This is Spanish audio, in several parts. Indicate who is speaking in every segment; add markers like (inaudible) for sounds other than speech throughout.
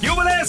Speaker 1: ¡Yúbales!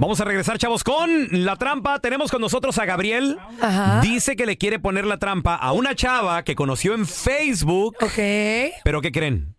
Speaker 1: Vamos a regresar, chavos, con la trampa. Tenemos con nosotros a Gabriel.
Speaker 2: Ajá.
Speaker 1: Dice que le quiere poner la trampa a una chava que conoció en Facebook.
Speaker 2: Ok. ¿Qué?
Speaker 1: ¿Pero qué creen?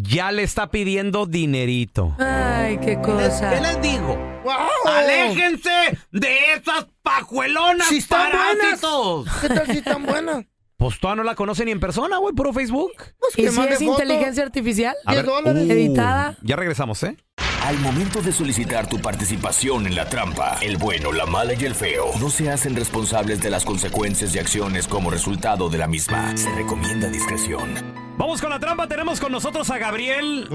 Speaker 1: Ya le está pidiendo dinerito.
Speaker 2: Ay, qué cosa.
Speaker 1: digo?
Speaker 3: ¡Wow!
Speaker 1: ¡Aléjense de esas pajuelonas
Speaker 3: Si están
Speaker 1: parásitos!
Speaker 3: ¿Qué tal si tan buena?
Speaker 1: Pues todavía no la conoce ni en persona, güey, puro Facebook.
Speaker 3: Pues
Speaker 2: ¿Y
Speaker 3: que
Speaker 2: si
Speaker 3: mande
Speaker 2: es
Speaker 3: foto.
Speaker 2: inteligencia artificial?
Speaker 1: A ver, Uh,
Speaker 3: dólares.
Speaker 2: Editada.
Speaker 1: Ya regresamos, ¿eh?
Speaker 4: Al momento de solicitar tu participación en la trampa, el bueno, la mala y el feo no se hacen responsables de las consecuencias y acciones como resultado de la misma. Se recomienda discreción.
Speaker 1: Vamos con la trampa, tenemos con nosotros a Gabriel.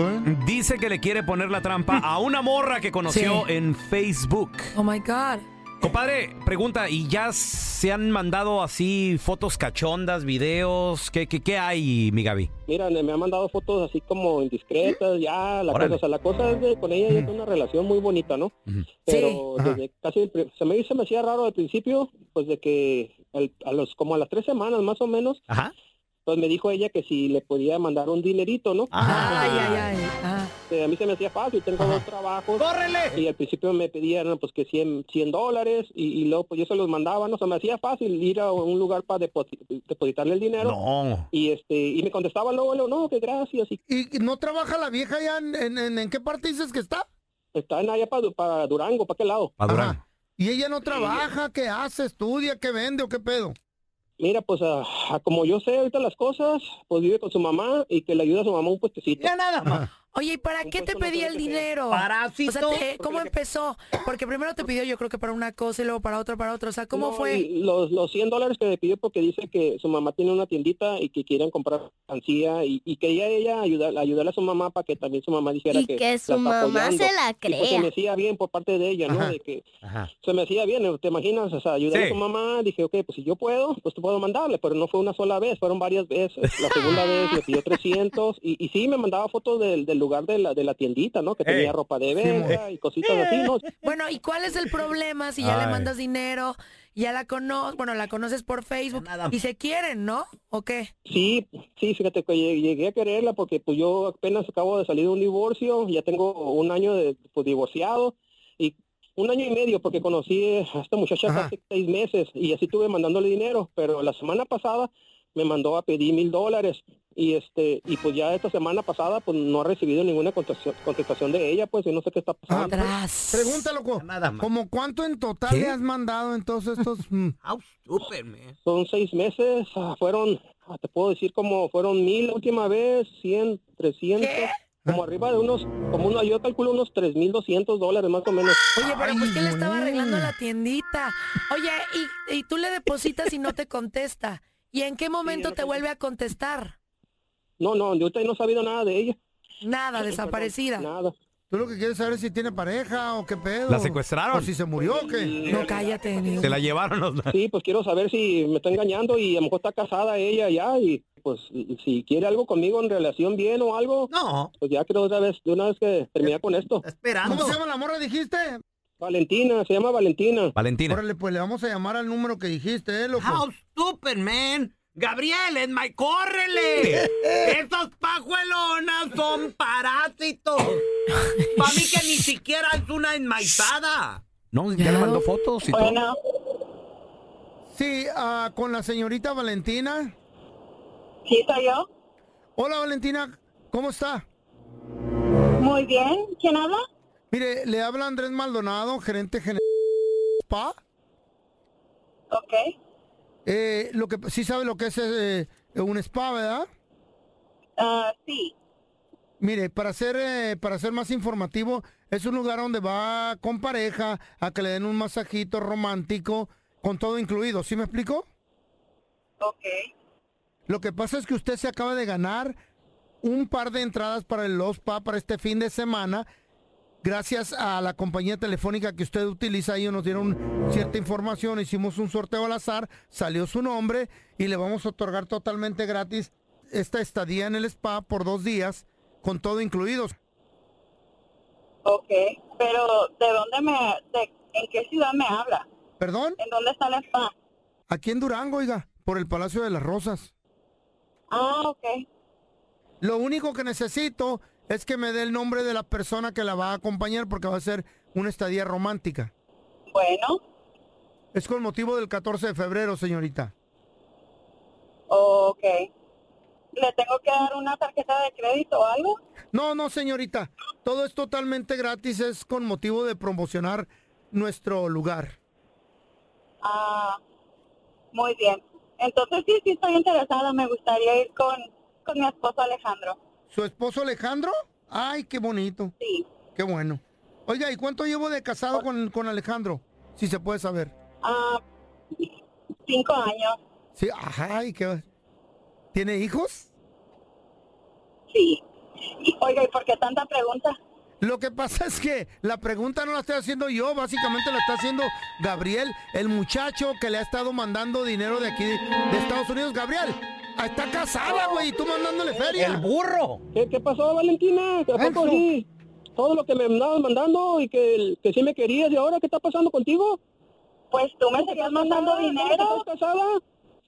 Speaker 1: Dice que le quiere poner la trampa a una morra que conoció
Speaker 2: Sí.
Speaker 1: en Facebook.
Speaker 2: Oh my God.
Speaker 1: Compadre, pregunta, ¿y ya se han mandado así fotos cachondas, videos? ¿Qué, qué, qué hay, mi Gaby?
Speaker 5: Mira, le- me ha mandado fotos así como indiscretas, ya, la
Speaker 1: Órale.
Speaker 5: cosa, o sea, la cosa es de, con ella ya tengo una relación muy bonita, ¿no?
Speaker 1: Ujú.
Speaker 5: Pero
Speaker 3: Ajá.
Speaker 5: desde casi, el pri- se me, se me hacía raro al principio, pues de que al- a los, como a las tres semanas más o menos,
Speaker 1: Ajá.
Speaker 5: pues me dijo ella que si le podía mandar un dinerito, ¿no?
Speaker 2: Ay, ay, ay. Ah.
Speaker 5: Eh, a mí se me hacía fácil, tengo dos trabajos.
Speaker 1: ¡Córrele!
Speaker 5: Y al principio me pedían, pues que 100, 100 dólares, y, y luego pues yo se los mandaba, ¿no? Se me hacía fácil ir a un lugar para depositarle el dinero.
Speaker 1: (laughs) No.
Speaker 5: Y este, y me contestaba luego, luego, no, que gracias, y
Speaker 3: ¿Y no trabaja la vieja ya en, en- en- en qué parte dices que está?
Speaker 5: Está en allá para, Durango, ¿para qué lado?
Speaker 1: A Durán.
Speaker 3: Ajá. Y ella no trabaja, ¿qué hace? ¿Estudia? ¿Qué vende o qué pedo?
Speaker 5: Mira, pues a, a como yo sé ahorita las cosas, pues vive con su mamá y que le ayuda a su mamá un puestecito.
Speaker 1: nada más.
Speaker 2: Oye, ¿y para
Speaker 5: Un
Speaker 2: qué te
Speaker 5: puesto no
Speaker 2: pedía
Speaker 5: puede
Speaker 2: el
Speaker 5: que sea.
Speaker 2: dinero? O sea, te- ¿cómo empezó? Porque primero te pidió, yo creo que para una cosa y luego para otra, para otra. O sea, ¿cómo
Speaker 5: No,
Speaker 2: fue?
Speaker 5: y Los, los 100 dólares que le pidió porque dice que su mamá tiene una tiendita y que quieren comprar mercancía y, y quería ella ayudar, ayudarle a su mamá para que también su mamá dijera
Speaker 6: Y
Speaker 5: que
Speaker 6: que su
Speaker 5: la está
Speaker 6: mamá
Speaker 5: apoyando.
Speaker 6: se la
Speaker 5: Y pues se me
Speaker 6: crea.
Speaker 5: hacía bien por parte de ella, ¿no?
Speaker 3: Ajá.
Speaker 5: De que
Speaker 1: Ajá.
Speaker 5: se me hacía bien, ¿te imaginas? O sea, ayudar
Speaker 1: Sí.
Speaker 5: a su mamá, dije, ok, pues si yo puedo, pues te puedo mandarle, pero no fue una sola vez, fueron varias veces. La
Speaker 1: (laughs)
Speaker 5: segunda vez me pidió 300 y, y sí, me mandaba fotos del, del lugar de la, de la tiendita, ¿no? Que
Speaker 1: Ey.
Speaker 5: tenía ropa de venta y cositas (laughs) así, ¿no?
Speaker 2: Bueno, ¿y cuál es el problema si ya
Speaker 1: Ay.
Speaker 2: le mandas dinero, ya la conoces, bueno, la conoces por Facebook y se quieren, ¿no? ¿O qué?
Speaker 5: Sí, sí, fíjate que lle- llegué a quererla porque pues yo apenas acabo de salir de un divorcio, ya tengo un año de, pues, divorciado y un año y medio porque conocí a esta muchacha
Speaker 3: Ajá.
Speaker 5: hace seis meses y así estuve mandándole dinero, pero la semana pasada me mandó a pedir mil dólares y este y pues ya esta semana pasada pues no he recibido ninguna contestación, contestación de ella pues y no sé qué está pasando.
Speaker 3: Ah, pues,
Speaker 2: Tras.
Speaker 3: Pregunta, loco.
Speaker 1: Nada más.
Speaker 3: ¿Cómo cuánto en total
Speaker 1: ¿Qué?
Speaker 3: le has mandado en todos estos? mm,
Speaker 5: Son seis meses, ah, fueron, ah, te puedo decir como fueron mil la última vez, cien, trescientos, como arriba de unos, como uno, yo calculo unos tres mil doscientos dólares más o menos.
Speaker 2: Oye, pero pues que le estaba
Speaker 3: güey.
Speaker 2: arreglando la tiendita. Oye, y, y tú le depositas y no te contesta. ¿Y en qué momento
Speaker 5: no
Speaker 2: te
Speaker 5: sé.
Speaker 2: vuelve a contestar?
Speaker 5: No, no, yo ahorita no he sabido nada de ella.
Speaker 2: Nada, desaparecida.
Speaker 5: Nada.
Speaker 3: Tú lo que quieres saber es si tiene pareja o qué pedo.
Speaker 1: ¿La secuestraron?
Speaker 3: O si se murió o qué.
Speaker 2: No, cállate, Neo.
Speaker 1: Se la llevaron los...
Speaker 5: Sí, pues quiero saber si me está engañando y a lo mejor está casada ella ya y pues si quiere algo conmigo en relación bien o algo,
Speaker 3: No.
Speaker 5: pues ya quiero otra vez, de una vez que terminar con esto.
Speaker 3: ¿Cómo se llama la morra, dijiste?
Speaker 5: Valentina, se llama Valentina.
Speaker 1: Valentina.
Speaker 3: Órale, pues le vamos a llamar al número que dijiste, ¿eh, loco?
Speaker 6: How stupid, man. Ah, oh, Gabriel, es my,
Speaker 1: (laughs)
Speaker 6: córrele. Esos pajuelonas son parásitos. Para mí que ni siquiera es una enmaizada.
Speaker 1: No, ya le mandó fotos y todo.
Speaker 3: Sí, ah, con la señorita Valentina.
Speaker 7: Sí, soy yo.
Speaker 3: Hola, Valentina, ¿cómo está?
Speaker 7: Muy bien. ¿Quién habla?
Speaker 3: Mire, le habla Andrés Maldonado, gerente general spa.
Speaker 7: Ok.
Speaker 3: Eh, lo que sí sabe lo que es eh, un spa, ¿verdad?
Speaker 7: Ah, sí.
Speaker 3: Mire, para ser eh, para ser más informativo, es un lugar donde va con pareja a que le den un masajito romántico con todo incluido. ¿Sí me explico?
Speaker 7: Ok.
Speaker 3: Lo que pasa es que usted se acaba de ganar un par de entradas para el Los Spa para este fin de semana. Gracias a la compañía telefónica que usted utiliza, ellos nos dieron cierta información, hicimos un sorteo al azar, salió su nombre y le vamos a otorgar totalmente gratis esta estadía en el spa por dos días, con todo incluido.
Speaker 7: Ok. Pero, ¿de dónde me... de- ¿En qué ciudad me habla?
Speaker 3: Perdón,
Speaker 7: ¿En dónde está el spa?
Speaker 3: aquí en Durango, oiga, por el Palacio de las Rosas.
Speaker 7: Ah, ok.
Speaker 3: Lo único que necesito es que me dé el nombre de la persona que la va a acompañar porque va a ser una estadía romántica.
Speaker 7: Bueno.
Speaker 3: Es con motivo del 14 de febrero, señorita.
Speaker 7: Ok. ¿Le tengo que dar una tarjeta de crédito o algo?
Speaker 3: No, no, señorita. Todo es totalmente gratis. Es con motivo de promocionar nuestro lugar.
Speaker 7: Ah, muy bien. Entonces sí, sí estoy interesada. Me gustaría ir con, con mi esposo Alejandro.
Speaker 3: ¿Su esposo Alejandro? Ay, qué bonito.
Speaker 7: Sí.
Speaker 3: Qué bueno. Oiga, ¿y cuánto llevo de casado con, con Alejandro? Si se puede saber.
Speaker 7: Ah, cinco años.
Speaker 3: Sí, ajá, ¿y qué? ¿Tiene hijos?
Speaker 7: Sí. Y, oiga, ¿y por qué tanta pregunta?
Speaker 3: Lo que pasa es que la pregunta no la estoy haciendo yo, básicamente la está haciendo Gabriel, el muchacho que le ha estado mandando dinero de aquí de, de Estados Unidos. Gabriel, está casada, güey, y tú mandándole feria.
Speaker 1: ¡El burro!
Speaker 5: ¿Qué, qué pasó, Valentina? ¿A poco
Speaker 3: Eso.
Speaker 5: sí? Todo lo que me andabas mandando y que, que sí me querías y ahora qué está pasando contigo? Ah,
Speaker 7: Pues tú me seguías mandando
Speaker 5: ¿Estás
Speaker 7: dinero.
Speaker 5: casada?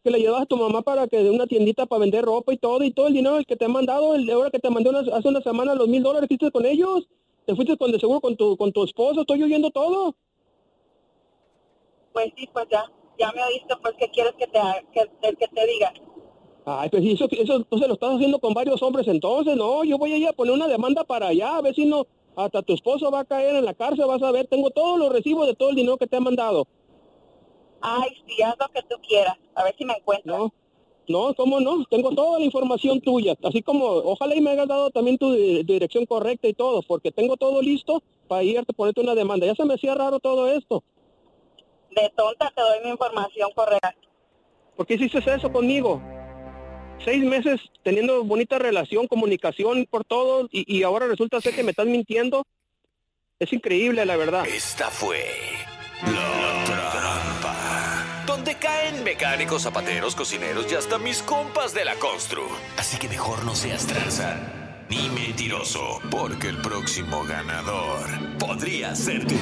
Speaker 5: Que le llevas a tu mamá para que de una tiendita para vender ropa y todo, y todo el dinero el que te han mandado, el de ahora que te mandé unas- hace una semana los mil dólares que hiciste con ellos, te fuiste con de seguro con tu, con tu esposo, estoy oyendo todo.
Speaker 7: Pues sí, pues ya. Ya me oíste, pues ¿qué quieres que te, ha- que, te- que te diga?
Speaker 5: Ay, pues eso, eso tú se lo estás haciendo con varios hombres entonces, no, yo voy a ir a poner una demanda para allá, a ver si no, hasta tu esposo va a caer en la cárcel, vas a ver, tengo todos los recibos de todo el dinero que te han mandado.
Speaker 7: Ay, sí, haz lo que tú quieras. A ver si me encuentras.
Speaker 5: No, no, ¿cómo no? Tengo toda la información tuya, así como ojalá y me hayas dado también tu di- dirección correcta y todo, porque tengo todo listo para irte, ponerte una demanda. Ya se me hacía raro todo esto.
Speaker 7: De tonta te doy mi información correcta.
Speaker 5: ¿Por qué hiciste eso conmigo? Seis meses teniendo bonita relación, comunicación por todo, y, y ahora resulta ser que me estás mintiendo. Es increíble, la verdad.
Speaker 4: Esta fue la trampa. Donde caen mecánicos, zapateros, cocineros y hasta mis compas de la constru. Así que mejor no seas tranza ni mentiroso, porque el próximo ganador podría ser tú.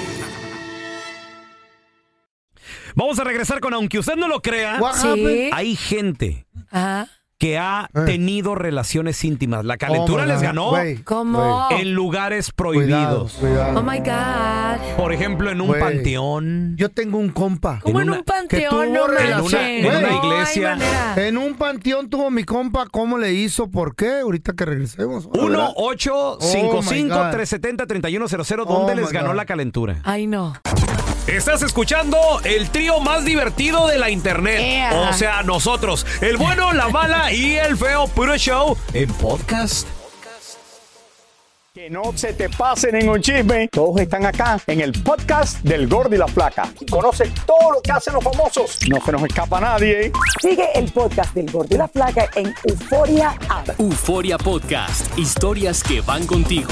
Speaker 1: Vamos a regresar con, aunque usted no lo crea,
Speaker 3: What
Speaker 2: Sí.
Speaker 3: happened?
Speaker 1: hay gente
Speaker 2: Ajá.
Speaker 1: que ha
Speaker 3: Eh.
Speaker 1: tenido relaciones íntimas. La calentura
Speaker 3: Oh, my
Speaker 1: les
Speaker 3: God.
Speaker 1: ganó
Speaker 3: Güey,
Speaker 2: ¿Cómo?
Speaker 1: en lugares
Speaker 3: güey, cuidado,
Speaker 1: prohibidos.
Speaker 2: Oh
Speaker 3: cuidado.
Speaker 2: my God.
Speaker 1: Por ejemplo, en un
Speaker 3: Güey.
Speaker 1: panteón.
Speaker 3: Yo tengo un compa.
Speaker 2: ¿Cómo en,
Speaker 1: una-
Speaker 2: un
Speaker 3: que tuvo
Speaker 2: panteón? No
Speaker 3: relación,
Speaker 2: manchen.
Speaker 3: en una
Speaker 2: No, hay
Speaker 1: iglesia.
Speaker 2: manera.
Speaker 3: En un panteón tuvo mi compa, ¿cómo le hizo? ¿Por qué? Ahorita que regresemos. Verás.
Speaker 1: 1-855-370-3100, donde
Speaker 3: Oh,
Speaker 1: les
Speaker 3: my
Speaker 1: ganó
Speaker 3: God.
Speaker 1: la calentura.
Speaker 2: Ay, no.
Speaker 1: Estás escuchando el trío más divertido de la internet.
Speaker 2: Ea.
Speaker 1: O sea, nosotros, el bueno, la mala y el feo, puro show en podcast.
Speaker 8: Que no se te pase ningún chisme. Todos están acá en el podcast del Gordi y la Flaca. Y conoce todo lo que hacen los famosos. No se nos escapa
Speaker 1: ¿eh?
Speaker 8: nadie.
Speaker 9: Sigue el podcast del Gordo y la Flaca en Euforia App.
Speaker 10: Euforia Podcast. Historias que van contigo.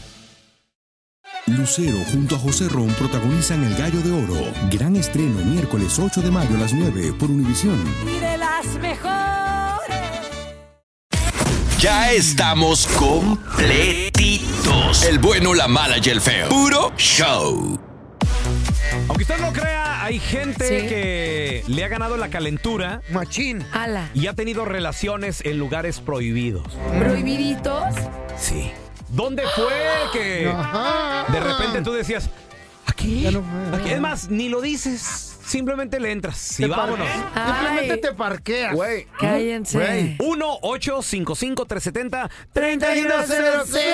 Speaker 11: Lucero junto a José Ron protagonizan El Gallo de Oro. Gran estreno miércoles 8 de mayo a las 9 por Univisión.
Speaker 12: Y de las mejores.
Speaker 4: Ya estamos completitos. El bueno, la mala y el feo. Puro show.
Speaker 1: Aunque usted no crea, hay gente que le ha ganado la calentura.
Speaker 3: Machín.
Speaker 2: Ala.
Speaker 1: Y ha tenido relaciones en lugares prohibidos.
Speaker 2: ¿Prohibiditos?
Speaker 1: Sí. ¿Dónde fue que de repente tú decías, aquí, aquí? Es más, ni lo dices, simplemente le entras y
Speaker 3: Te par-
Speaker 1: vámonos.
Speaker 3: Simplemente te parqueas.
Speaker 1: Güey.
Speaker 3: Cállense.
Speaker 1: Güey. 1-855-370-3100.
Speaker 3: 3100.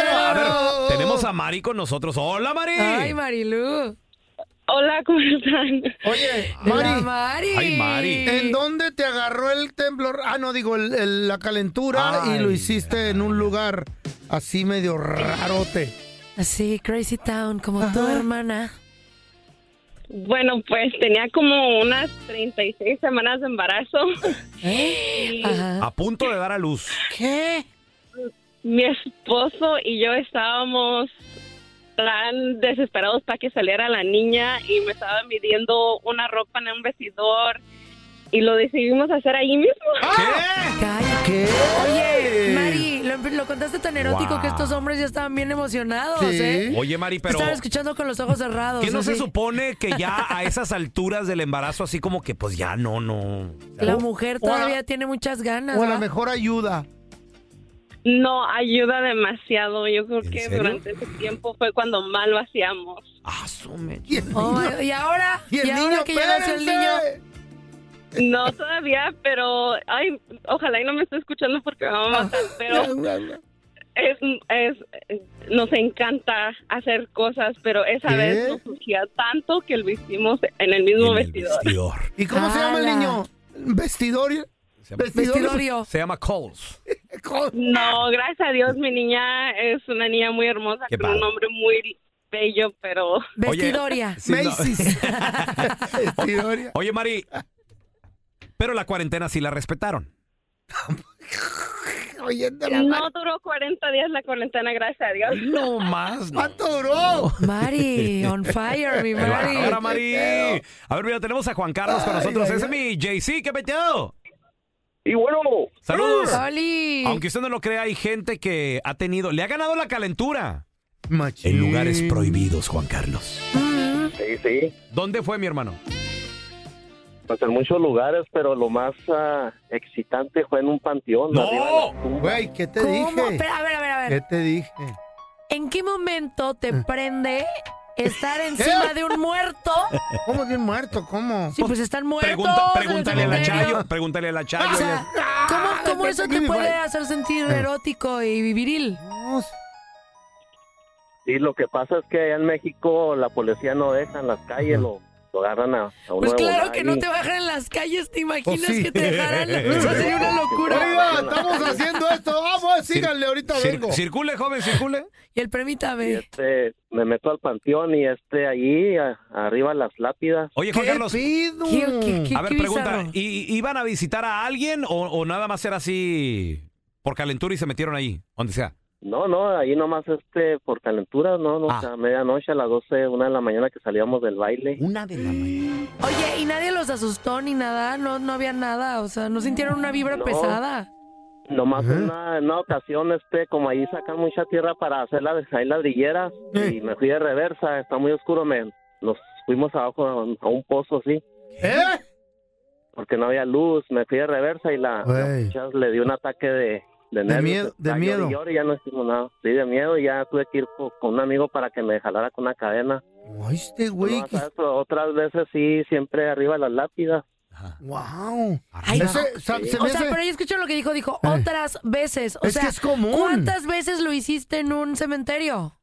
Speaker 1: A ver, tenemos a Mari con nosotros. ¡Hola, Mari!
Speaker 2: Ay, Marilu.
Speaker 13: Hola, ¿cómo están?
Speaker 3: Oye,
Speaker 2: Mari.
Speaker 3: Mari.
Speaker 2: Mari.
Speaker 3: ¿En dónde te agarró el temblor? Ah, no, digo, el- el- la calentura y lo hiciste en un lugar así medio rarote.
Speaker 2: Así, Crazy Town, como tu hermana.
Speaker 13: Bueno, pues tenía como unas 36 semanas de embarazo. Y
Speaker 1: A punto de dar a luz.
Speaker 2: ¿Qué?
Speaker 13: Mi esposo y yo estábamos tan desesperados para que saliera la niña y me estaba midiendo una ropa en un vestidor y lo decidimos hacer ahí mismo.
Speaker 3: ¿Qué?
Speaker 2: Oye, Mari, lo, em, lo contaste tan erótico
Speaker 1: Wow.
Speaker 2: que estos hombres ya estaban bien emocionados,
Speaker 1: Sí.
Speaker 2: ¿eh?
Speaker 1: Oye, Mari, pero-
Speaker 2: Estaban escuchando con los ojos cerrados.
Speaker 1: ¿Qué no se
Speaker 2: así.
Speaker 1: supone que ya a esas alturas del embarazo, así como que pues ya no, no?
Speaker 2: La mujer
Speaker 1: Oh, O a la-
Speaker 2: todavía tiene muchas ganas.
Speaker 3: O a la
Speaker 2: ¿va?
Speaker 3: mejor ayuda.
Speaker 13: No ayuda demasiado. Yo creo que
Speaker 3: serio?
Speaker 13: durante ese tiempo fue cuando mal lo hacíamos.
Speaker 2: Oh, my- y ahora,
Speaker 13: Y el
Speaker 2: y ahora
Speaker 13: niño,
Speaker 2: que ya nació el niño.
Speaker 13: No, todavía, pero ay, ojalá y no me esté escuchando porque me va
Speaker 2: Ah.
Speaker 13: a matar, pero
Speaker 3: (laughs)
Speaker 13: es, es- nos encanta hacer cosas, pero esa
Speaker 3: ¿Qué?
Speaker 13: vez nos surgía tanto que lo hicimos en el mismo vestidor.
Speaker 3: ¿Y cómo se llama el niño? Vestidorio. Vestidorio.
Speaker 1: Se llama Coles.
Speaker 13: No, gracias a Dios, mi niña es una niña muy hermosa,
Speaker 1: Qué
Speaker 13: con un
Speaker 1: padre.
Speaker 13: nombre muy bello, pero...
Speaker 2: (laughs)
Speaker 1: sí, no. Oye, oye, Mari, pero la cuarentena sí la respetaron.
Speaker 13: No duró 40 días la cuarentena, gracias a Dios.
Speaker 1: No más.
Speaker 3: ¿Cuánto duró?
Speaker 2: Mari, on fire, mi
Speaker 1: Pero
Speaker 2: Mari.
Speaker 1: Ahora, Mari. A ver, mira, tenemos a Juan Carlos con nosotros. Ese es mi JC, ¿qué peteado?
Speaker 14: Y bueno.
Speaker 1: Saludos.
Speaker 2: Oli.
Speaker 1: Aunque usted no lo crea, hay gente que ha tenido, le ha ganado la calentura. En lugares prohibidos, Juan Carlos.
Speaker 2: Mm.
Speaker 14: Sí, sí.
Speaker 1: ¿Dónde fue, mi hermano?
Speaker 14: Pues en muchos lugares, pero lo más ah, excitante fue en un panteón.
Speaker 3: No.
Speaker 14: arriba de la tumba.
Speaker 3: Güey, ¿qué te
Speaker 2: ¿Cómo?
Speaker 3: dije?
Speaker 2: Pero, a ver, a ver, a ver.
Speaker 1: Eh.
Speaker 3: ¿Qué te dije?
Speaker 2: ¿En qué momento te prende
Speaker 1: (laughs)
Speaker 2: estar
Speaker 1: ¿Eh?
Speaker 2: encima de un muerto?
Speaker 3: ¿Cómo de un muerto? ¿Cómo?
Speaker 2: Sí, pues están muertos.
Speaker 1: Pregunta-
Speaker 2: en el
Speaker 1: pregúntale a la
Speaker 2: cementerio.
Speaker 1: Chayo. Pregúntale a la Chayo.
Speaker 2: O sea, ¿cómo,
Speaker 1: (laughs)
Speaker 2: cómo eso te puede hacer sentir
Speaker 1: Eh.
Speaker 2: erótico y viril?
Speaker 14: Y lo que pasa es que allá en México la policía no deja en las calles, lo, lo agarran a, a uno
Speaker 2: Pues
Speaker 14: de
Speaker 2: claro
Speaker 14: volada
Speaker 2: que
Speaker 14: ahí.
Speaker 2: no te bajan en las calles, ¿te
Speaker 3: Oh,
Speaker 2: imaginas
Speaker 14: Pues sí.
Speaker 2: que te
Speaker 3: (laughs)
Speaker 2: dejaran? Eso sería una locura.
Speaker 3: Oiga, estamos haciendo esto. Vamos, síganle, ahorita
Speaker 1: Cir-
Speaker 3: vengo.
Speaker 1: Circule, joven, circule.
Speaker 2: Y el permítame.
Speaker 14: Y este, me meto al panteón y este allí, a- arriba las lápidas.
Speaker 1: Oye, Juan Carlos. a ver,
Speaker 14: qué
Speaker 1: pregunta.
Speaker 14: bizarro?
Speaker 1: ¿y, ¿Iban a visitar a alguien o, o nada más era así por calentura y se metieron ahí? Donde sea.
Speaker 14: No, no, ahí nomás este por calentura, no, no, o
Speaker 1: Ah.
Speaker 14: sea, medianoche a las 12, una de la mañana que salíamos del baile.
Speaker 1: Una de la
Speaker 14: mañana.
Speaker 2: Oye, y nadie los asustó ni nada, no, no había nada, o sea, no sintieron una vibra
Speaker 14: No.
Speaker 2: pesada.
Speaker 14: Nomás una, en una ocasión, este, como ahí sacan mucha tierra para hacer la, ahí ladrilleras y me fui de reversa, está muy oscuro, me, nos fuimos abajo a un, a un pozo así.
Speaker 3: ¿Eh?
Speaker 14: Porque no había luz, me fui de reversa y la, la
Speaker 3: Güey.
Speaker 14: muchacha le dio un ataque de, de,
Speaker 3: De
Speaker 14: nervios,
Speaker 3: miedo- de
Speaker 14: estaba llore y
Speaker 3: miedo.
Speaker 14: llore, ya no hicimos nada. Sí, de miedo, y ya tuve que ir co- con un amigo para que me jalara con una cadena.
Speaker 3: Este güey.
Speaker 14: Nomás eso, Otras veces sí, siempre arriba de las lápidas.
Speaker 3: ¡Wow!
Speaker 2: Ay,
Speaker 3: Ese, sa- se
Speaker 2: o
Speaker 3: me
Speaker 2: sea,
Speaker 3: hace-
Speaker 2: pero yo escuché lo que dijo, dijo
Speaker 3: Eh.
Speaker 2: otras veces. O
Speaker 3: Es que
Speaker 2: sea,
Speaker 3: es común.
Speaker 2: ¿cuántas veces lo hiciste en un cementerio?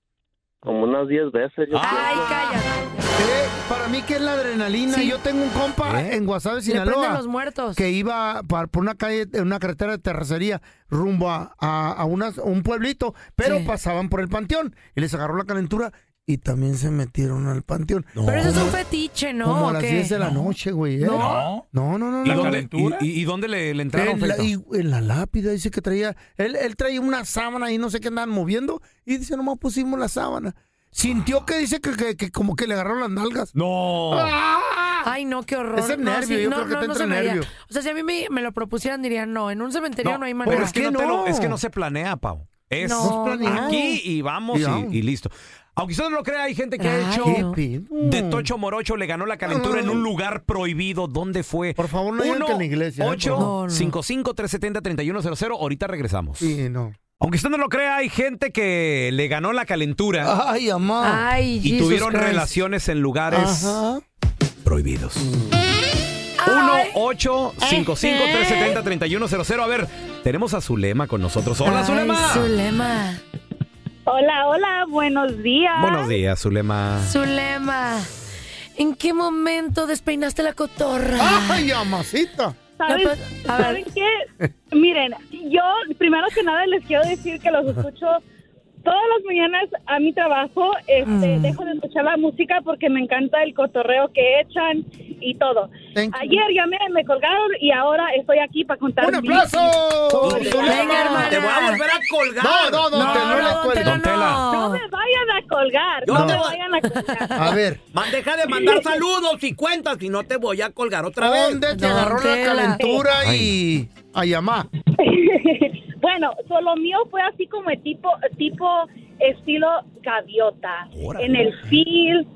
Speaker 14: Como unas 10 veces. Yo
Speaker 2: Ay, calla.
Speaker 3: Eh, para mí que es la adrenalina.
Speaker 2: Sí.
Speaker 3: Yo tengo un compa en Guasave,
Speaker 2: Le prenden
Speaker 3: Sinaloa.
Speaker 2: los muertos.
Speaker 3: Que iba par- por una calle, en una carretera de terracería rumbo a, a- a unas- un pueblito, pero pasaban por el panteón y les agarró la calentura y también se metieron al panteón.
Speaker 2: Pero eso es
Speaker 3: Como-
Speaker 2: un fetiche, ¿no?
Speaker 3: Oh. Como
Speaker 2: ¿O
Speaker 3: a las
Speaker 2: qué?
Speaker 3: 10 de la noche, güey. ¿eh?
Speaker 1: No.
Speaker 3: No, no, no.
Speaker 1: ¿Y
Speaker 3: no.
Speaker 1: dónde, y- y- y dónde le, le entraron?
Speaker 3: En la,
Speaker 1: Feito?
Speaker 3: y- en la lápida dice que traía, él, él traía una sábana y no sé qué andaban moviendo y dice, nomás pusimos la sábana. Sintió que dice que, que- que como que le agarraron las nalgas. Ah.
Speaker 1: No.
Speaker 2: ¡Ah! Ay, no, qué horror.
Speaker 3: Es el
Speaker 2: No,
Speaker 3: nervio, yo creo que te entra
Speaker 2: se me haría.
Speaker 3: nervio.
Speaker 2: O sea, si a mí me, me lo propusieran, diría, no, en un cementerio no, hay manera.
Speaker 1: pero es que no, te lo- es que no se planea, Pau. Es
Speaker 2: No, No es planeado.
Speaker 1: aquí y vamos
Speaker 2: Y
Speaker 1: y,
Speaker 2: vamos.
Speaker 1: y listo. Aunque usted no lo crea, hay gente que ha
Speaker 2: Ay,
Speaker 1: hecho
Speaker 2: ¿qué
Speaker 1: de Tocho Morocho le ganó la calentura en un lugar prohibido. ¿Dónde fue? Por favor,
Speaker 3: no digan que en la iglesia, ¿eh? No, no.
Speaker 1: 370-3100. Ahorita regresamos.
Speaker 3: Sí, no.
Speaker 1: Aunque usted no lo crea, hay gente que le ganó la calentura
Speaker 3: Ay, amá.
Speaker 2: Ay,
Speaker 1: y
Speaker 2: Jesus
Speaker 1: tuvieron
Speaker 2: Christ.
Speaker 1: relaciones en lugares
Speaker 3: Ajá.
Speaker 1: prohibidos. 1-855-370-3100. A ver, tenemos a Zulema con nosotros. Hola,
Speaker 2: Ay,
Speaker 1: Zulema.
Speaker 2: Zulema.
Speaker 7: Hola, hola, buenos días.
Speaker 1: Buenos días, Zulema.
Speaker 2: Zulema. ¿En qué momento despeinaste la cotorra?
Speaker 3: ¡Ay, amacita!
Speaker 7: ¿Saben, ¿saben qué? Miren, yo primero que nada les quiero decir que los escucho todas las mañanas a mi trabajo. Este,
Speaker 6: Mm.
Speaker 7: Dejo de escuchar la música porque me encanta el cotorreo que echan y todo. Ayer ya me, me colgaron y ahora estoy aquí para contar. ¡Un
Speaker 3: aplauso!
Speaker 6: Venga, hermana. Te voy a volver a colgar. No, no, don No, Tela, no no, la don cuelgues. Tela, no.
Speaker 7: No me vayan a colgar.
Speaker 6: Yo
Speaker 7: no
Speaker 6: te
Speaker 7: me
Speaker 6: voy-
Speaker 7: vayan a colgar.
Speaker 3: A ver.
Speaker 6: Man, deja de mandar saludos y cuentas y no te voy a colgar otra vez.
Speaker 3: ¿Dónde te agarró la calentura y a llamar?
Speaker 7: (laughs) Bueno, so, lo mío fue así como de tipo, tipo estilo gaviota.
Speaker 1: Órale.
Speaker 7: En el fil.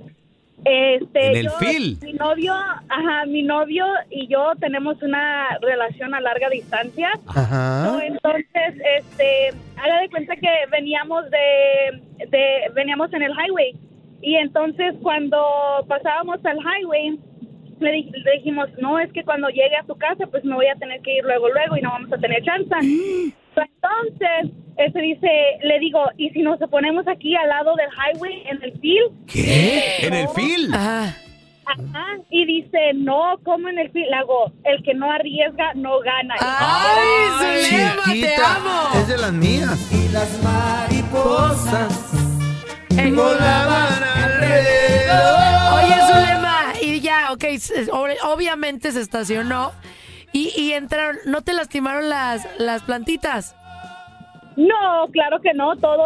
Speaker 7: Este,
Speaker 1: En el
Speaker 7: yo-
Speaker 1: fil.
Speaker 7: Mi novio, ajá, mi novio y yo tenemos una relación a larga distancia. So, entonces, este, haga de cuenta que veníamos de, de- veníamos en el highway y entonces cuando pasábamos al highway le, di- le dijimos, no, es que cuando llegue a su casa, pues me voy a tener que ir luego, luego y no vamos a tener chance. So, Entonces, este dice, le digo, ¿y si nos ponemos aquí al lado del highway en el field?
Speaker 1: ¿Qué? ¿En el fil?
Speaker 7: Ajá. Y dice, no, como en el field? Le hago, el que no arriesga, no gana.
Speaker 3: ¡Ay, chiquita! Es de las mías.
Speaker 12: Y las mariposas
Speaker 3: volaban alrededor.
Speaker 2: Oye, Zulema, y ya, ok, s- ob- obviamente se estacionó y, y entraron. ¿No te lastimaron las, las plantitas?
Speaker 7: No, claro que no, todo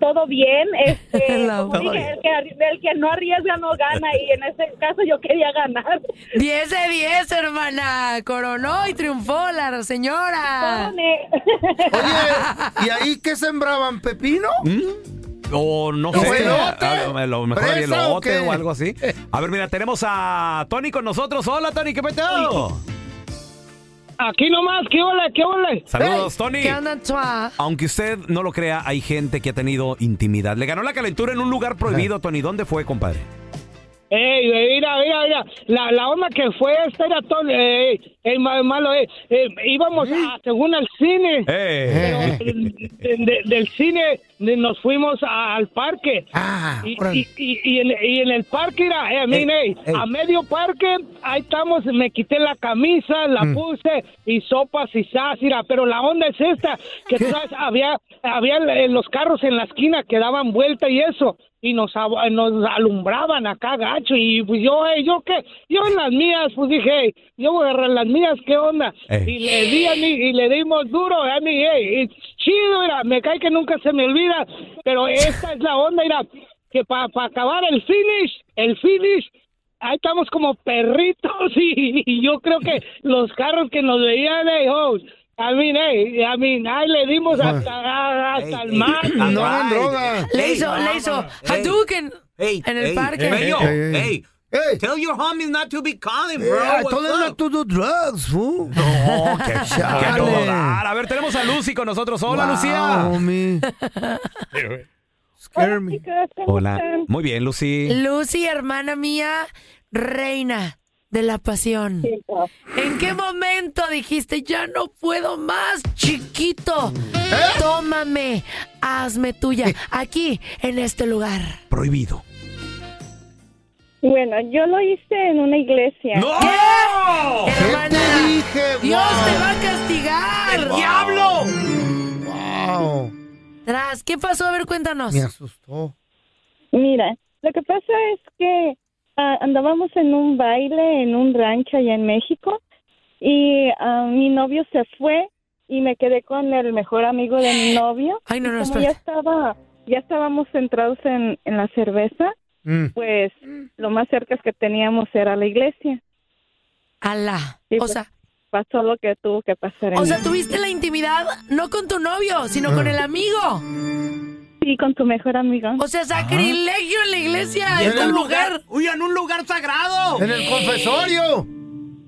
Speaker 7: todo bien. Este,
Speaker 2: La
Speaker 7: como
Speaker 2: voy.
Speaker 7: dije, el, que, arri- el que no arriesga no gana y en este caso yo quería ganar.
Speaker 2: 10 de 10, hermana. Coronó y triunfó la señora.
Speaker 3: ¿Y ahí qué sembraban? ¿Pepino?
Speaker 1: ¿Mm? O no
Speaker 3: ¿O
Speaker 1: sé.
Speaker 3: elote?
Speaker 1: A a lo mejor había
Speaker 3: ¿Fresa
Speaker 1: elote
Speaker 3: o qué?
Speaker 1: o algo así. A ver, mira, tenemos a Tony con nosotros. Hola, Tony, ¿qué peteo?
Speaker 15: Aquí nomás, ¿qué hola, qué hola?
Speaker 1: Saludos, Tony.
Speaker 2: ¿Qué onda, Chua?
Speaker 1: Aunque usted no lo crea, hay gente que ha tenido intimidad. Le ganó la calentura en un lugar prohibido, Tony. ¿Dónde fue, compadre?
Speaker 15: Ey, güey, mira, mira, mira, la, la onda que fue esta era todo, eh, el ma- malo, eh, eh, íbamos a, según al cine,
Speaker 1: Eh.
Speaker 15: pero de- de- del cine de- nos fuimos a- al parque,
Speaker 1: Ah,
Speaker 15: y, y, y- y en, y en el parque, mira, eh, miren, ey, a medio parque, ahí estamos, me quité la camisa, la
Speaker 1: Mm.
Speaker 15: puse, y sopas y sas, mira, pero la onda es esta, que tú sabes, había, había eh, los carros en la esquina que daban vuelta y eso, y nos, ab- eh, nos alumbraban acá gacho y pues yo eh, yo qué yo en las mías pues dije "Ey, yo voy a agarrar las mías qué onda
Speaker 1: Eh.
Speaker 15: y le di a mí y le dimos duro a mí eh, ey, y chido, mira, me cae que nunca se me olvida, pero esta es la onda, mira, que para acabar el finish, el finish, ahí estamos como perritos (laughs) y, y yo creo que los carros que nos veían, hey, oh, I mean, hey, I mean, ahí le dimos hasta, hasta el mar.
Speaker 3: No hagan droga.
Speaker 2: Le hizo, le hizo Hadouken en el
Speaker 6: Hey,
Speaker 2: parque.
Speaker 6: hey, yo,
Speaker 3: Hey,
Speaker 6: hey. Tell your homies not to be calling, bro.
Speaker 3: Yeah, I
Speaker 6: What's
Speaker 3: told them
Speaker 6: up?
Speaker 1: (laughs)
Speaker 3: not to do drugs, fool.
Speaker 1: No, qué,
Speaker 3: Chale.
Speaker 1: qué todo dar. A ver, tenemos a Lucy con nosotros. Hola,
Speaker 3: Wow,
Speaker 1: Lucía.
Speaker 3: homie.
Speaker 1: Scare me. Hola. Muy bien, Lucy.
Speaker 2: Lucy, hermana mía, reina de la pasión. ¿En qué momento dijiste, ya no puedo más, chiquito?
Speaker 7: ¿Eh?
Speaker 2: Tómame, hazme tuya, aquí, en este lugar.
Speaker 1: Prohibido.
Speaker 7: Bueno, yo lo hice en una iglesia.
Speaker 1: ¡No!
Speaker 2: Hermana, Dios te va a castigar.
Speaker 3: Wow. Wow.
Speaker 2: Tras, ¿qué pasó? A ver, cuéntanos.
Speaker 3: Me asustó.
Speaker 7: Mira, lo que pasa es que ah, andábamos en un baile en un rancho allá en México y ah, mi novio se fue y me quedé con el mejor amigo de mi novio.
Speaker 2: (gasps) Ay, no,
Speaker 7: Y
Speaker 2: no,
Speaker 7: como
Speaker 2: espérate.
Speaker 7: ya estaba, ya estábamos centrados en, en la cerveza, pues lo más cerca que teníamos era la iglesia.
Speaker 2: Alá.
Speaker 7: Y
Speaker 2: O
Speaker 7: pues,
Speaker 2: sea-
Speaker 7: pasó lo que tuvo que pasar.
Speaker 2: O
Speaker 7: en-
Speaker 2: sea, tuviste la intimidad no con tu novio, sino
Speaker 3: Ah.
Speaker 2: con el amigo.
Speaker 7: sí con tu mejor amigo.
Speaker 2: O sea, sacrilegio en la iglesia,
Speaker 6: Y
Speaker 2: en un lugar.
Speaker 6: Uy, en un lugar sagrado.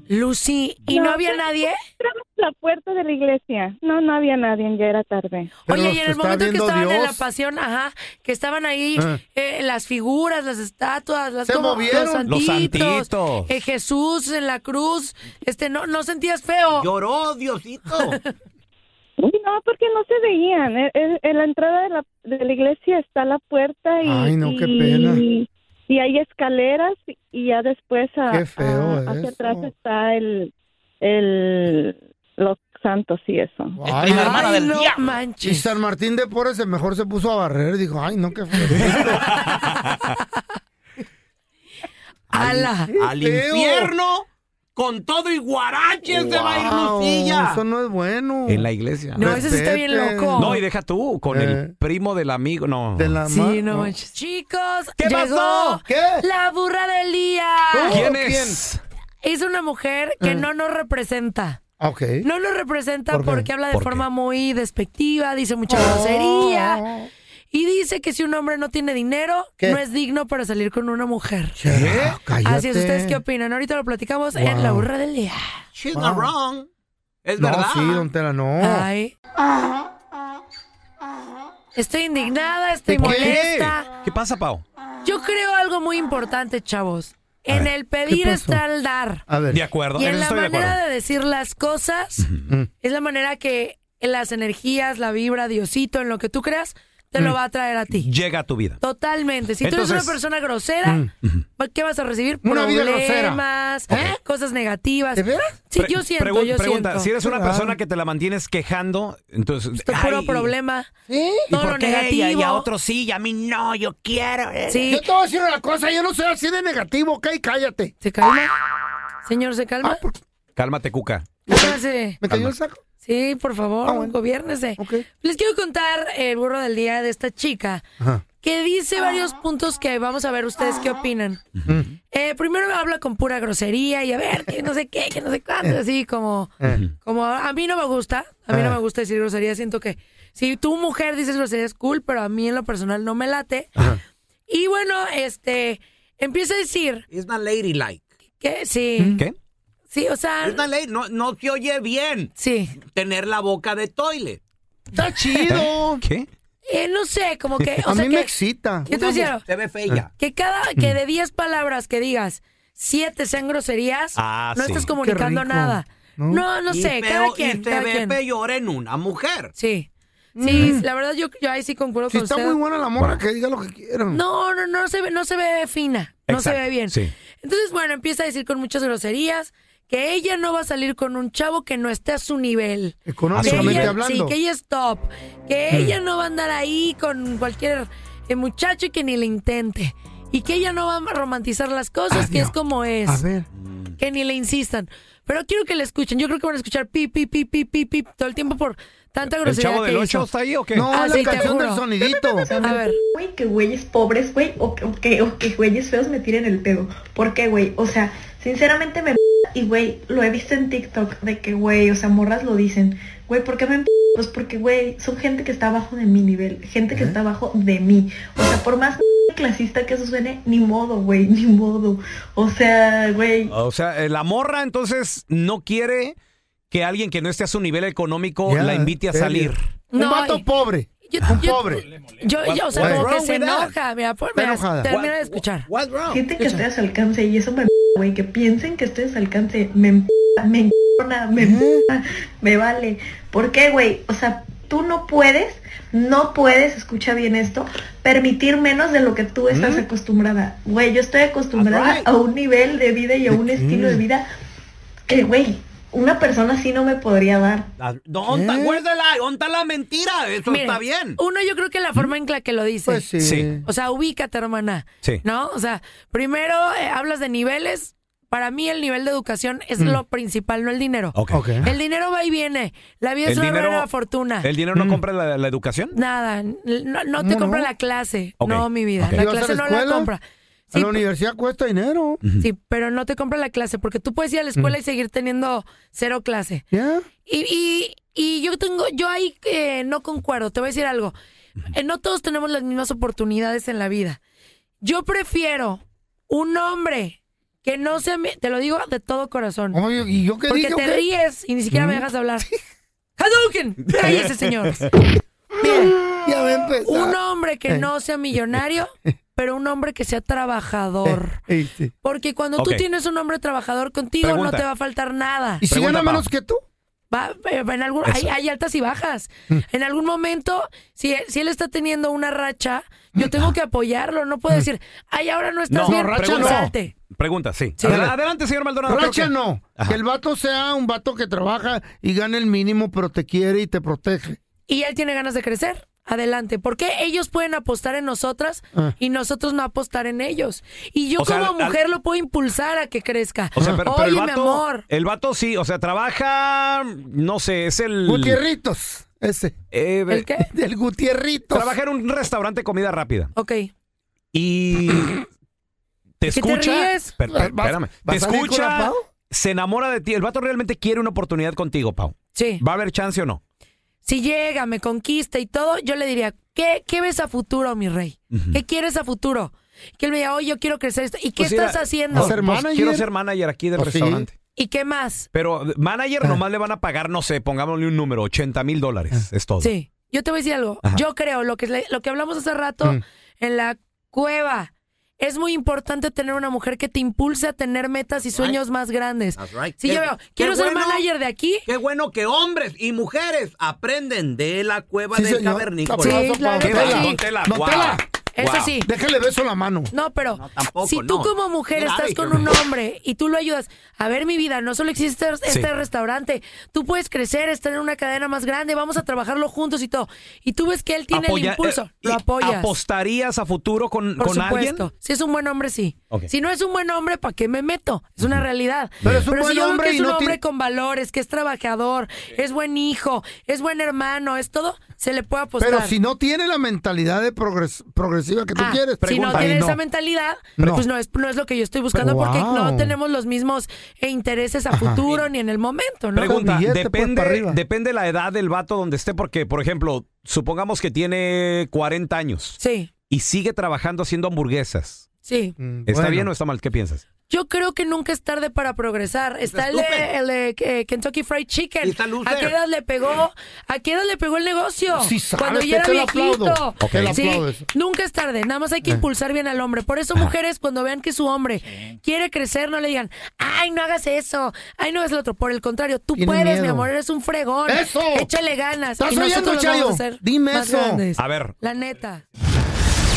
Speaker 2: Lucy, ¿y no, había nadie?
Speaker 7: Entramos a la puerta de la iglesia. No, no había nadie, ya era tarde.
Speaker 2: Oye, y en el momento que estaban en la
Speaker 7: pasión
Speaker 2: pasión, ajá, que estaban ahí
Speaker 7: Ah.
Speaker 2: eh, las figuras, las estatuas, las
Speaker 3: Se
Speaker 2: como-
Speaker 3: movieron.
Speaker 2: los
Speaker 1: Los
Speaker 2: santitos,
Speaker 1: santitos.
Speaker 2: eh, Jesús en la cruz, este, no, no sentías feo.
Speaker 6: Lloró, Diosito.
Speaker 2: (laughs)
Speaker 7: Uy, no, porque no se veían. E- e- En la entrada de la, de la iglesia está la puerta y,
Speaker 3: Ay, no, qué
Speaker 7: y-
Speaker 3: pena.
Speaker 7: y hay escaleras y ya después a-
Speaker 3: Qué feo
Speaker 7: a-
Speaker 3: eso.
Speaker 7: hacia atrás está el, el los santos y eso.
Speaker 3: Ay,
Speaker 7: la hermana
Speaker 3: ay,
Speaker 7: del
Speaker 3: no
Speaker 7: diablo.
Speaker 2: manches.
Speaker 3: Y San Martín de Porres el mejor se puso a barrer. Dijo, ay, no, qué feo.
Speaker 2: Ala.
Speaker 6: (laughs) Al infierno con todo y guaraches se va a ir
Speaker 3: Wow,
Speaker 6: Lucilla.
Speaker 3: Eso no es bueno.
Speaker 1: En la iglesia.
Speaker 3: No, ese sí está bien Respeten. loco.
Speaker 1: No, y deja tú, con el primo del amigo. No.
Speaker 3: De la ma- no.
Speaker 2: Chicos,
Speaker 1: ¿Qué
Speaker 2: llegó
Speaker 1: pasó?
Speaker 2: la burra del día.
Speaker 1: ¿Quién es?
Speaker 2: Es una mujer que
Speaker 3: Eh.
Speaker 2: no nos representa.
Speaker 3: Ah, Ok.
Speaker 2: No lo representa
Speaker 3: ¿Por qué?
Speaker 2: porque habla de
Speaker 3: ¿Por qué?
Speaker 2: forma muy despectiva, dice mucha
Speaker 3: Oh.
Speaker 2: grosería y dice que si un hombre no tiene dinero,
Speaker 3: ¿Qué?
Speaker 2: no es digno para salir con una mujer.
Speaker 3: Ah, cállate.
Speaker 2: Así es, ¿ustedes qué opinan? Ahorita lo platicamos en
Speaker 3: Wow.
Speaker 2: la burra del día.
Speaker 6: She's not wrong. Es
Speaker 3: No,
Speaker 6: verdad.
Speaker 3: sí, don Tela, no.
Speaker 2: Ay. Estoy indignada, estoy molesta.
Speaker 1: ¿Qué pasa, Pau?
Speaker 2: Yo creo algo muy importante, chavos.
Speaker 1: A
Speaker 2: En
Speaker 1: ver,
Speaker 2: el pedir
Speaker 1: ¿qué pasó?
Speaker 2: está el dar.
Speaker 3: A ver.
Speaker 1: De acuerdo,
Speaker 2: Y
Speaker 1: en
Speaker 2: en
Speaker 1: eso
Speaker 2: la
Speaker 1: estoy de acuerdo.
Speaker 2: manera de, decir las cosas,
Speaker 3: Mm.
Speaker 2: es la manera que las energías, la vibra, Diosito, en lo que tú creas, te lo
Speaker 1: Mm.
Speaker 2: va a traer a ti.
Speaker 1: Llega a tu vida.
Speaker 2: Totalmente. Si tú eres
Speaker 1: Entonces-
Speaker 2: una persona grosera,
Speaker 1: Mm.
Speaker 2: va- ¿qué vas a recibir?
Speaker 1: Una vida grosera.
Speaker 2: Problemas, cosas negativas. Sí,
Speaker 1: Pre-
Speaker 2: yo siento,
Speaker 1: pregun-
Speaker 2: yo
Speaker 1: pregunta,
Speaker 2: siento.
Speaker 1: si eres una persona que te la mantienes quejando, entonces...
Speaker 2: Esto es puro
Speaker 1: ay,
Speaker 2: problema.
Speaker 1: ¿y
Speaker 2: Todo
Speaker 1: por
Speaker 2: lo
Speaker 1: qué? Y a-
Speaker 2: negativo.
Speaker 1: Y a otros sí, y a mí
Speaker 6: No, yo quiero.
Speaker 2: Sí.
Speaker 3: Yo te voy a decir una cosa, yo no soy así de negativo, ok, cállate.
Speaker 2: ¿Se calma? Señor, ¿se
Speaker 1: Ah,
Speaker 2: calma?
Speaker 1: Cálmate, Cuca.
Speaker 3: ¿Me cayó el saco?
Speaker 2: Sí, por
Speaker 1: Ah,
Speaker 2: favor, gobiérnese. Les quiero contar el burro del día de esta chica que dice varios
Speaker 1: Ah.
Speaker 2: puntos que vamos a ver ustedes qué opinan. Eh, primero habla con pura grosería y a ver, que no sé qué, que no sé cuánto, así como,
Speaker 16: Eh.
Speaker 2: como a a mí no me gusta, a mí no me gusta decir grosería, siento que si tu mujer dices grosería es cool, pero a mí en lo personal no me late. Y bueno, este, empieza a decir
Speaker 6: It's not ladylike.
Speaker 2: que sí,
Speaker 1: ¿Qué?
Speaker 2: sí, o sea,
Speaker 6: It's not lady- No, no se oye bien.
Speaker 2: Sí.
Speaker 6: Tener la boca de toilet.
Speaker 3: Está chido.
Speaker 1: (laughs) ¿Qué?
Speaker 2: eh, no sé, como
Speaker 1: (laughs)
Speaker 2: que... O
Speaker 3: a
Speaker 2: sea
Speaker 3: mí me
Speaker 2: que-
Speaker 3: excita.
Speaker 2: Yo te voy a decir algo.
Speaker 6: Se ve fea.
Speaker 2: Que cada que de 10 palabras que digas, siete sean groserías,
Speaker 6: Ah,
Speaker 2: no
Speaker 6: sí.
Speaker 2: estás
Speaker 6: Qué
Speaker 2: comunicando
Speaker 6: rico,
Speaker 2: nada. No,
Speaker 6: ¿no?
Speaker 2: no,
Speaker 6: Y
Speaker 2: sé,
Speaker 6: feo-
Speaker 2: cada
Speaker 6: y
Speaker 2: quien,
Speaker 6: se
Speaker 2: cada
Speaker 6: ve
Speaker 2: quien.
Speaker 6: peor en una mujer.
Speaker 2: Sí. Sí, la verdad yo, yo ahí sí concuerdo
Speaker 3: Si
Speaker 2: con
Speaker 3: está
Speaker 2: usted.
Speaker 3: muy buena la morra, que diga lo que quiera.
Speaker 2: No, no, no se ve, no se ve fina, no se ve bien.
Speaker 3: Sí.
Speaker 2: Entonces, bueno, empieza a decir con muchas groserías que ella no va a salir con un chavo que no esté a su nivel.
Speaker 3: Económicamente
Speaker 2: Que ella-
Speaker 3: hablando.
Speaker 2: Sí, que ella es top. Que
Speaker 3: Mm.
Speaker 2: ella no va a andar ahí con cualquier eh, muchacho y que ni le intente. Y que ella no va a romantizar las cosas, que es como es.
Speaker 3: A ver.
Speaker 2: Que ni le insistan. Pero quiero que le escuchen. Yo creo que van a escuchar pip, pip, pip, pip, pip, pip todo el tiempo por Tanta
Speaker 1: ¿El
Speaker 2: grosería
Speaker 1: Chavo
Speaker 2: que
Speaker 1: del
Speaker 2: hizo.
Speaker 1: Ocho está ahí o qué?
Speaker 17: Ah,
Speaker 3: No, la
Speaker 2: Ah, sí, te
Speaker 3: canción
Speaker 2: juro.
Speaker 3: del sonidito.
Speaker 2: A ver.
Speaker 17: Güey, que güeyes pobres, güey, o, que- o que, o que güeyes feos me tiren el pedo. ¿Por qué, güey? O sea, sinceramente me... Y, güey, lo he visto en TikTok de que, güey, o sea, morras lo dicen. Güey, ¿por qué me... Pues porque, güey, son gente que está abajo de mi nivel, gente que
Speaker 1: ¿Eh?
Speaker 17: está abajo de mí. O sea, por más clasista que eso suene, ni modo, güey, ni modo. O sea, güey,
Speaker 1: O sea, eh, la morra entonces no quiere que alguien que no esté a su nivel económico
Speaker 3: Ya,
Speaker 1: la invite a
Speaker 3: serio.
Speaker 1: salir.
Speaker 3: Un
Speaker 2: No,
Speaker 3: vato
Speaker 2: y-
Speaker 3: pobre. un pobre.
Speaker 2: Yo, yo, o sea, como
Speaker 3: Güey.
Speaker 2: que se enoja. Mira, por, mira,
Speaker 3: enojada.
Speaker 2: termina de escuchar.
Speaker 17: Siente que estoy a su alcance y eso me emputa, güey, que piensen que estoy a su alcance, me emputa, me encona, me emputa, me vale. ¿Por qué, güey? O sea, tú no puedes, no puedes, escucha bien esto, permitir menos de lo que tú estás acostumbrada. Güey, yo estoy acostumbrada a un nivel de vida y a un estilo de vida que, güey, una persona así no me podría dar.
Speaker 6: Ah, ¿Dónde acuérdela? ¿Dónde la mentira? Eso
Speaker 2: Miren,
Speaker 6: está bien.
Speaker 2: Uno, yo creo que la forma en la que lo dice.
Speaker 6: Pues sí. Sí.
Speaker 2: O sea, ubícate, hermana.
Speaker 6: Sí.
Speaker 2: ¿No? O sea, primero eh, hablas de niveles. Para mí, el nivel de educación es
Speaker 1: Mm.
Speaker 2: lo principal, no el dinero.
Speaker 1: Ok.
Speaker 2: El dinero va y viene. La vida es
Speaker 1: El
Speaker 2: una
Speaker 1: dinero-
Speaker 2: rueda fortuna.
Speaker 1: ¿El dinero no compra la, la educación?
Speaker 2: Nada. n- No, no te
Speaker 3: ¿Cómo
Speaker 2: compra
Speaker 3: no?
Speaker 2: la clase.
Speaker 1: Ok,
Speaker 2: No, mi vida.
Speaker 1: ok.
Speaker 2: La
Speaker 3: ¿Ibas a la
Speaker 2: clase no la
Speaker 3: escuela?
Speaker 2: compra.
Speaker 3: A la
Speaker 2: pe-
Speaker 3: universidad cuesta dinero.
Speaker 2: Sí, pero no te compra la clase, porque tú puedes ir a la escuela y seguir teniendo cero clase. Y, y- y yo tengo, yo ahí eh, no concuerdo, te voy a decir algo. Eh, no todos tenemos las mismas oportunidades en la vida. Yo prefiero un hombre que no sea, mi- te lo digo de todo corazón.
Speaker 3: ¿Y yo qué
Speaker 2: porque
Speaker 3: dije, o
Speaker 2: te
Speaker 3: qué?
Speaker 2: ríes y ni siquiera me
Speaker 3: Mm.
Speaker 2: dejas
Speaker 3: (laughs)
Speaker 2: hablar. ¡Hadouken! ¡Cállese, señor! Ah. Un hombre que
Speaker 3: Eh.
Speaker 2: no sea
Speaker 3: (laughs)
Speaker 2: millonario, pero un hombre que sea trabajador.
Speaker 3: Ey, (laughs) sí.
Speaker 2: Porque cuando
Speaker 3: Ok.
Speaker 2: tú tienes un hombre trabajador contigo,
Speaker 3: Pregunta.
Speaker 2: no te va a faltar nada.
Speaker 3: ¿Y si Pregunta, gana menos Pau. que tú?
Speaker 2: Va, eh, en algún, hay, hay altas y bajas.
Speaker 3: Mm.
Speaker 2: En algún momento, si, si él está teniendo una racha, yo tengo que apoyarlo. No
Speaker 3: Mm.
Speaker 2: puedo decir, ay, ahora no estás bien, pues, salte".
Speaker 1: Pregunta, sí.
Speaker 3: Sí.
Speaker 1: Adela- Adelante, señor Maldonado.
Speaker 3: Racha
Speaker 1: Creo que-
Speaker 3: no. Que el vato sea un vato que trabaja y gane el mínimo, pero te quiere y te protege.
Speaker 2: Y él tiene ganas de crecer. Adelante. Porque ellos pueden apostar en nosotras
Speaker 3: Ah.
Speaker 2: y nosotros no apostar en ellos. Y yo
Speaker 1: O sea,
Speaker 2: como
Speaker 1: al-
Speaker 2: mujer lo puedo impulsar a que crezca.
Speaker 1: O sea, pero, pero
Speaker 2: Oye,
Speaker 1: el
Speaker 2: mi
Speaker 1: vato,
Speaker 2: amor.
Speaker 1: el vato sí, o sea, trabaja, no sé, es el...
Speaker 3: Gutierritos, ese.
Speaker 1: ¿El
Speaker 2: qué?
Speaker 3: Del Gutierritos.
Speaker 1: Trabaja en un restaurante de comida rápida.
Speaker 2: Ok.
Speaker 1: Y te
Speaker 2: ¿Qué te
Speaker 1: escucha...
Speaker 2: ríes?
Speaker 1: Per- per-
Speaker 2: ¿Vas-
Speaker 1: espérame.
Speaker 2: vas
Speaker 1: Te
Speaker 2: a salir con la
Speaker 1: escucha,
Speaker 2: Pau?
Speaker 1: se enamora de ti. El vato realmente quiere una oportunidad contigo, Pau.
Speaker 2: Sí.
Speaker 1: ¿Va a haber chance o no?
Speaker 2: si llega, me conquista y todo, yo le diría, ¿qué, qué ves a futuro, mi rey? ¿Qué quieres a futuro? Que él me diga, oye, yo quiero crecer esto. ¿Y qué
Speaker 1: Pues era-
Speaker 2: estás haciendo?
Speaker 1: Pues, pues, quiero ser manager aquí del
Speaker 3: Pues sí.
Speaker 1: restaurante.
Speaker 2: ¿Y qué más? Ah.
Speaker 1: Pero eh, manager nomás le van a pagar, no sé, pongámosle un número, 80 mil dólares. Es todo.
Speaker 2: Ah. Sí. Yo te voy a decir algo.
Speaker 1: Ajá. Mm.
Speaker 2: Yo creo, lo que, le- lo que hablamos hace rato en la cueva, es muy importante tener una mujer que te impulse a tener metas y sueños más grandes.
Speaker 6: That's right.
Speaker 2: Si
Speaker 6: Qué-
Speaker 2: yo veo,
Speaker 6: qué
Speaker 2: quiero ser
Speaker 6: bueno-
Speaker 2: manager de aquí.
Speaker 6: Qué bueno que hombres y mujeres aprenden de la cueva
Speaker 3: Sí,
Speaker 6: del
Speaker 3: señor.
Speaker 6: cavernícola.
Speaker 3: Aplauso, Pau.
Speaker 2: claro
Speaker 3: Don
Speaker 2: que
Speaker 3: Tela.
Speaker 2: sí.
Speaker 3: Don Tela,
Speaker 2: Don
Speaker 3: guau.
Speaker 2: Tela. Eso
Speaker 3: Guau.
Speaker 2: sí.
Speaker 3: Déjale beso a la mano.
Speaker 2: No, pero
Speaker 3: tampoco,
Speaker 2: si tú
Speaker 3: no.
Speaker 2: como mujer
Speaker 3: Get out
Speaker 2: estás
Speaker 3: of
Speaker 2: con
Speaker 3: here,
Speaker 2: un
Speaker 3: man.
Speaker 2: hombre y tú lo ayudas, a ver mi vida, no solo existe este
Speaker 3: Sí.
Speaker 2: restaurante, tú puedes crecer, estar en una cadena más grande, vamos a trabajarlo juntos y todo. Y tú ves que él tiene
Speaker 1: Apoya-
Speaker 2: el impulso,
Speaker 1: eh,
Speaker 2: lo
Speaker 1: ¿y
Speaker 2: apoyas.
Speaker 1: ¿Apostarías a futuro con,
Speaker 2: Por
Speaker 1: con alguien?
Speaker 2: supuesto. Si es un buen hombre, sí.
Speaker 1: Ok.
Speaker 2: Si no es un buen hombre, ¿para qué me meto? Es una realidad.
Speaker 1: Pero es un buen
Speaker 2: si yo veo
Speaker 1: hombre
Speaker 2: que
Speaker 1: y
Speaker 2: es un
Speaker 1: no
Speaker 2: hombre
Speaker 1: tiene-
Speaker 2: con valores, que es trabajador, es buen hijo, es buen hermano, es todo, se le puede apostar.
Speaker 3: Pero si no tiene la mentalidad de progres- progresiva que tú
Speaker 2: Ah,
Speaker 3: quieres,
Speaker 2: si no
Speaker 3: pregunta.
Speaker 2: tiene
Speaker 3: Ay,
Speaker 2: esa mentalidad,
Speaker 3: No.
Speaker 2: pues no es, no es lo que yo estoy buscando
Speaker 3: Pero-
Speaker 2: porque no
Speaker 3: Wow.
Speaker 2: tenemos los mismos eh, intereses a
Speaker 1: Ajá.
Speaker 2: futuro ni en el momento, ¿no? pues,
Speaker 1: Pregunta, depende, depende la edad del vato donde esté, porque, por ejemplo, supongamos que tiene 40 años.
Speaker 2: Sí.
Speaker 1: Y sigue trabajando haciendo hamburguesas.
Speaker 2: Sí.
Speaker 1: ¿Está
Speaker 3: bueno.
Speaker 1: bien o está mal? ¿Qué piensas?
Speaker 2: Yo creo que nunca es tarde para progresar. Está el de, el de, eh, Kentucky Fried Chicken. ¿A qué edad le pegó? ¿A qué edad le pegó el negocio?
Speaker 3: Sí sabes,
Speaker 2: Cuando
Speaker 3: te-
Speaker 2: ya era
Speaker 3: te lo
Speaker 2: viejito.
Speaker 3: aplaudo. Ok. Te lo
Speaker 2: Sí,
Speaker 3: aplaudo eso.
Speaker 2: nunca es tarde. Nada más hay que
Speaker 3: Eh.
Speaker 2: impulsar bien al hombre. Por eso, mujeres, cuando vean que su hombre quiere crecer, no le digan, ay, no hagas eso, ay, no hagas lo otro. Por el contrario, tú
Speaker 3: Tiene
Speaker 2: puedes,
Speaker 3: miedo.
Speaker 2: mi amor, eres un fregón.
Speaker 3: ¡Eso!
Speaker 2: Échale ganas.
Speaker 3: ¿Estás
Speaker 2: Y nosotros
Speaker 3: oyendo,
Speaker 2: los vamos a
Speaker 3: Chayo?
Speaker 2: hacer
Speaker 3: Dime
Speaker 2: más
Speaker 3: eso.
Speaker 2: grandes.
Speaker 1: A ver.
Speaker 2: La neta.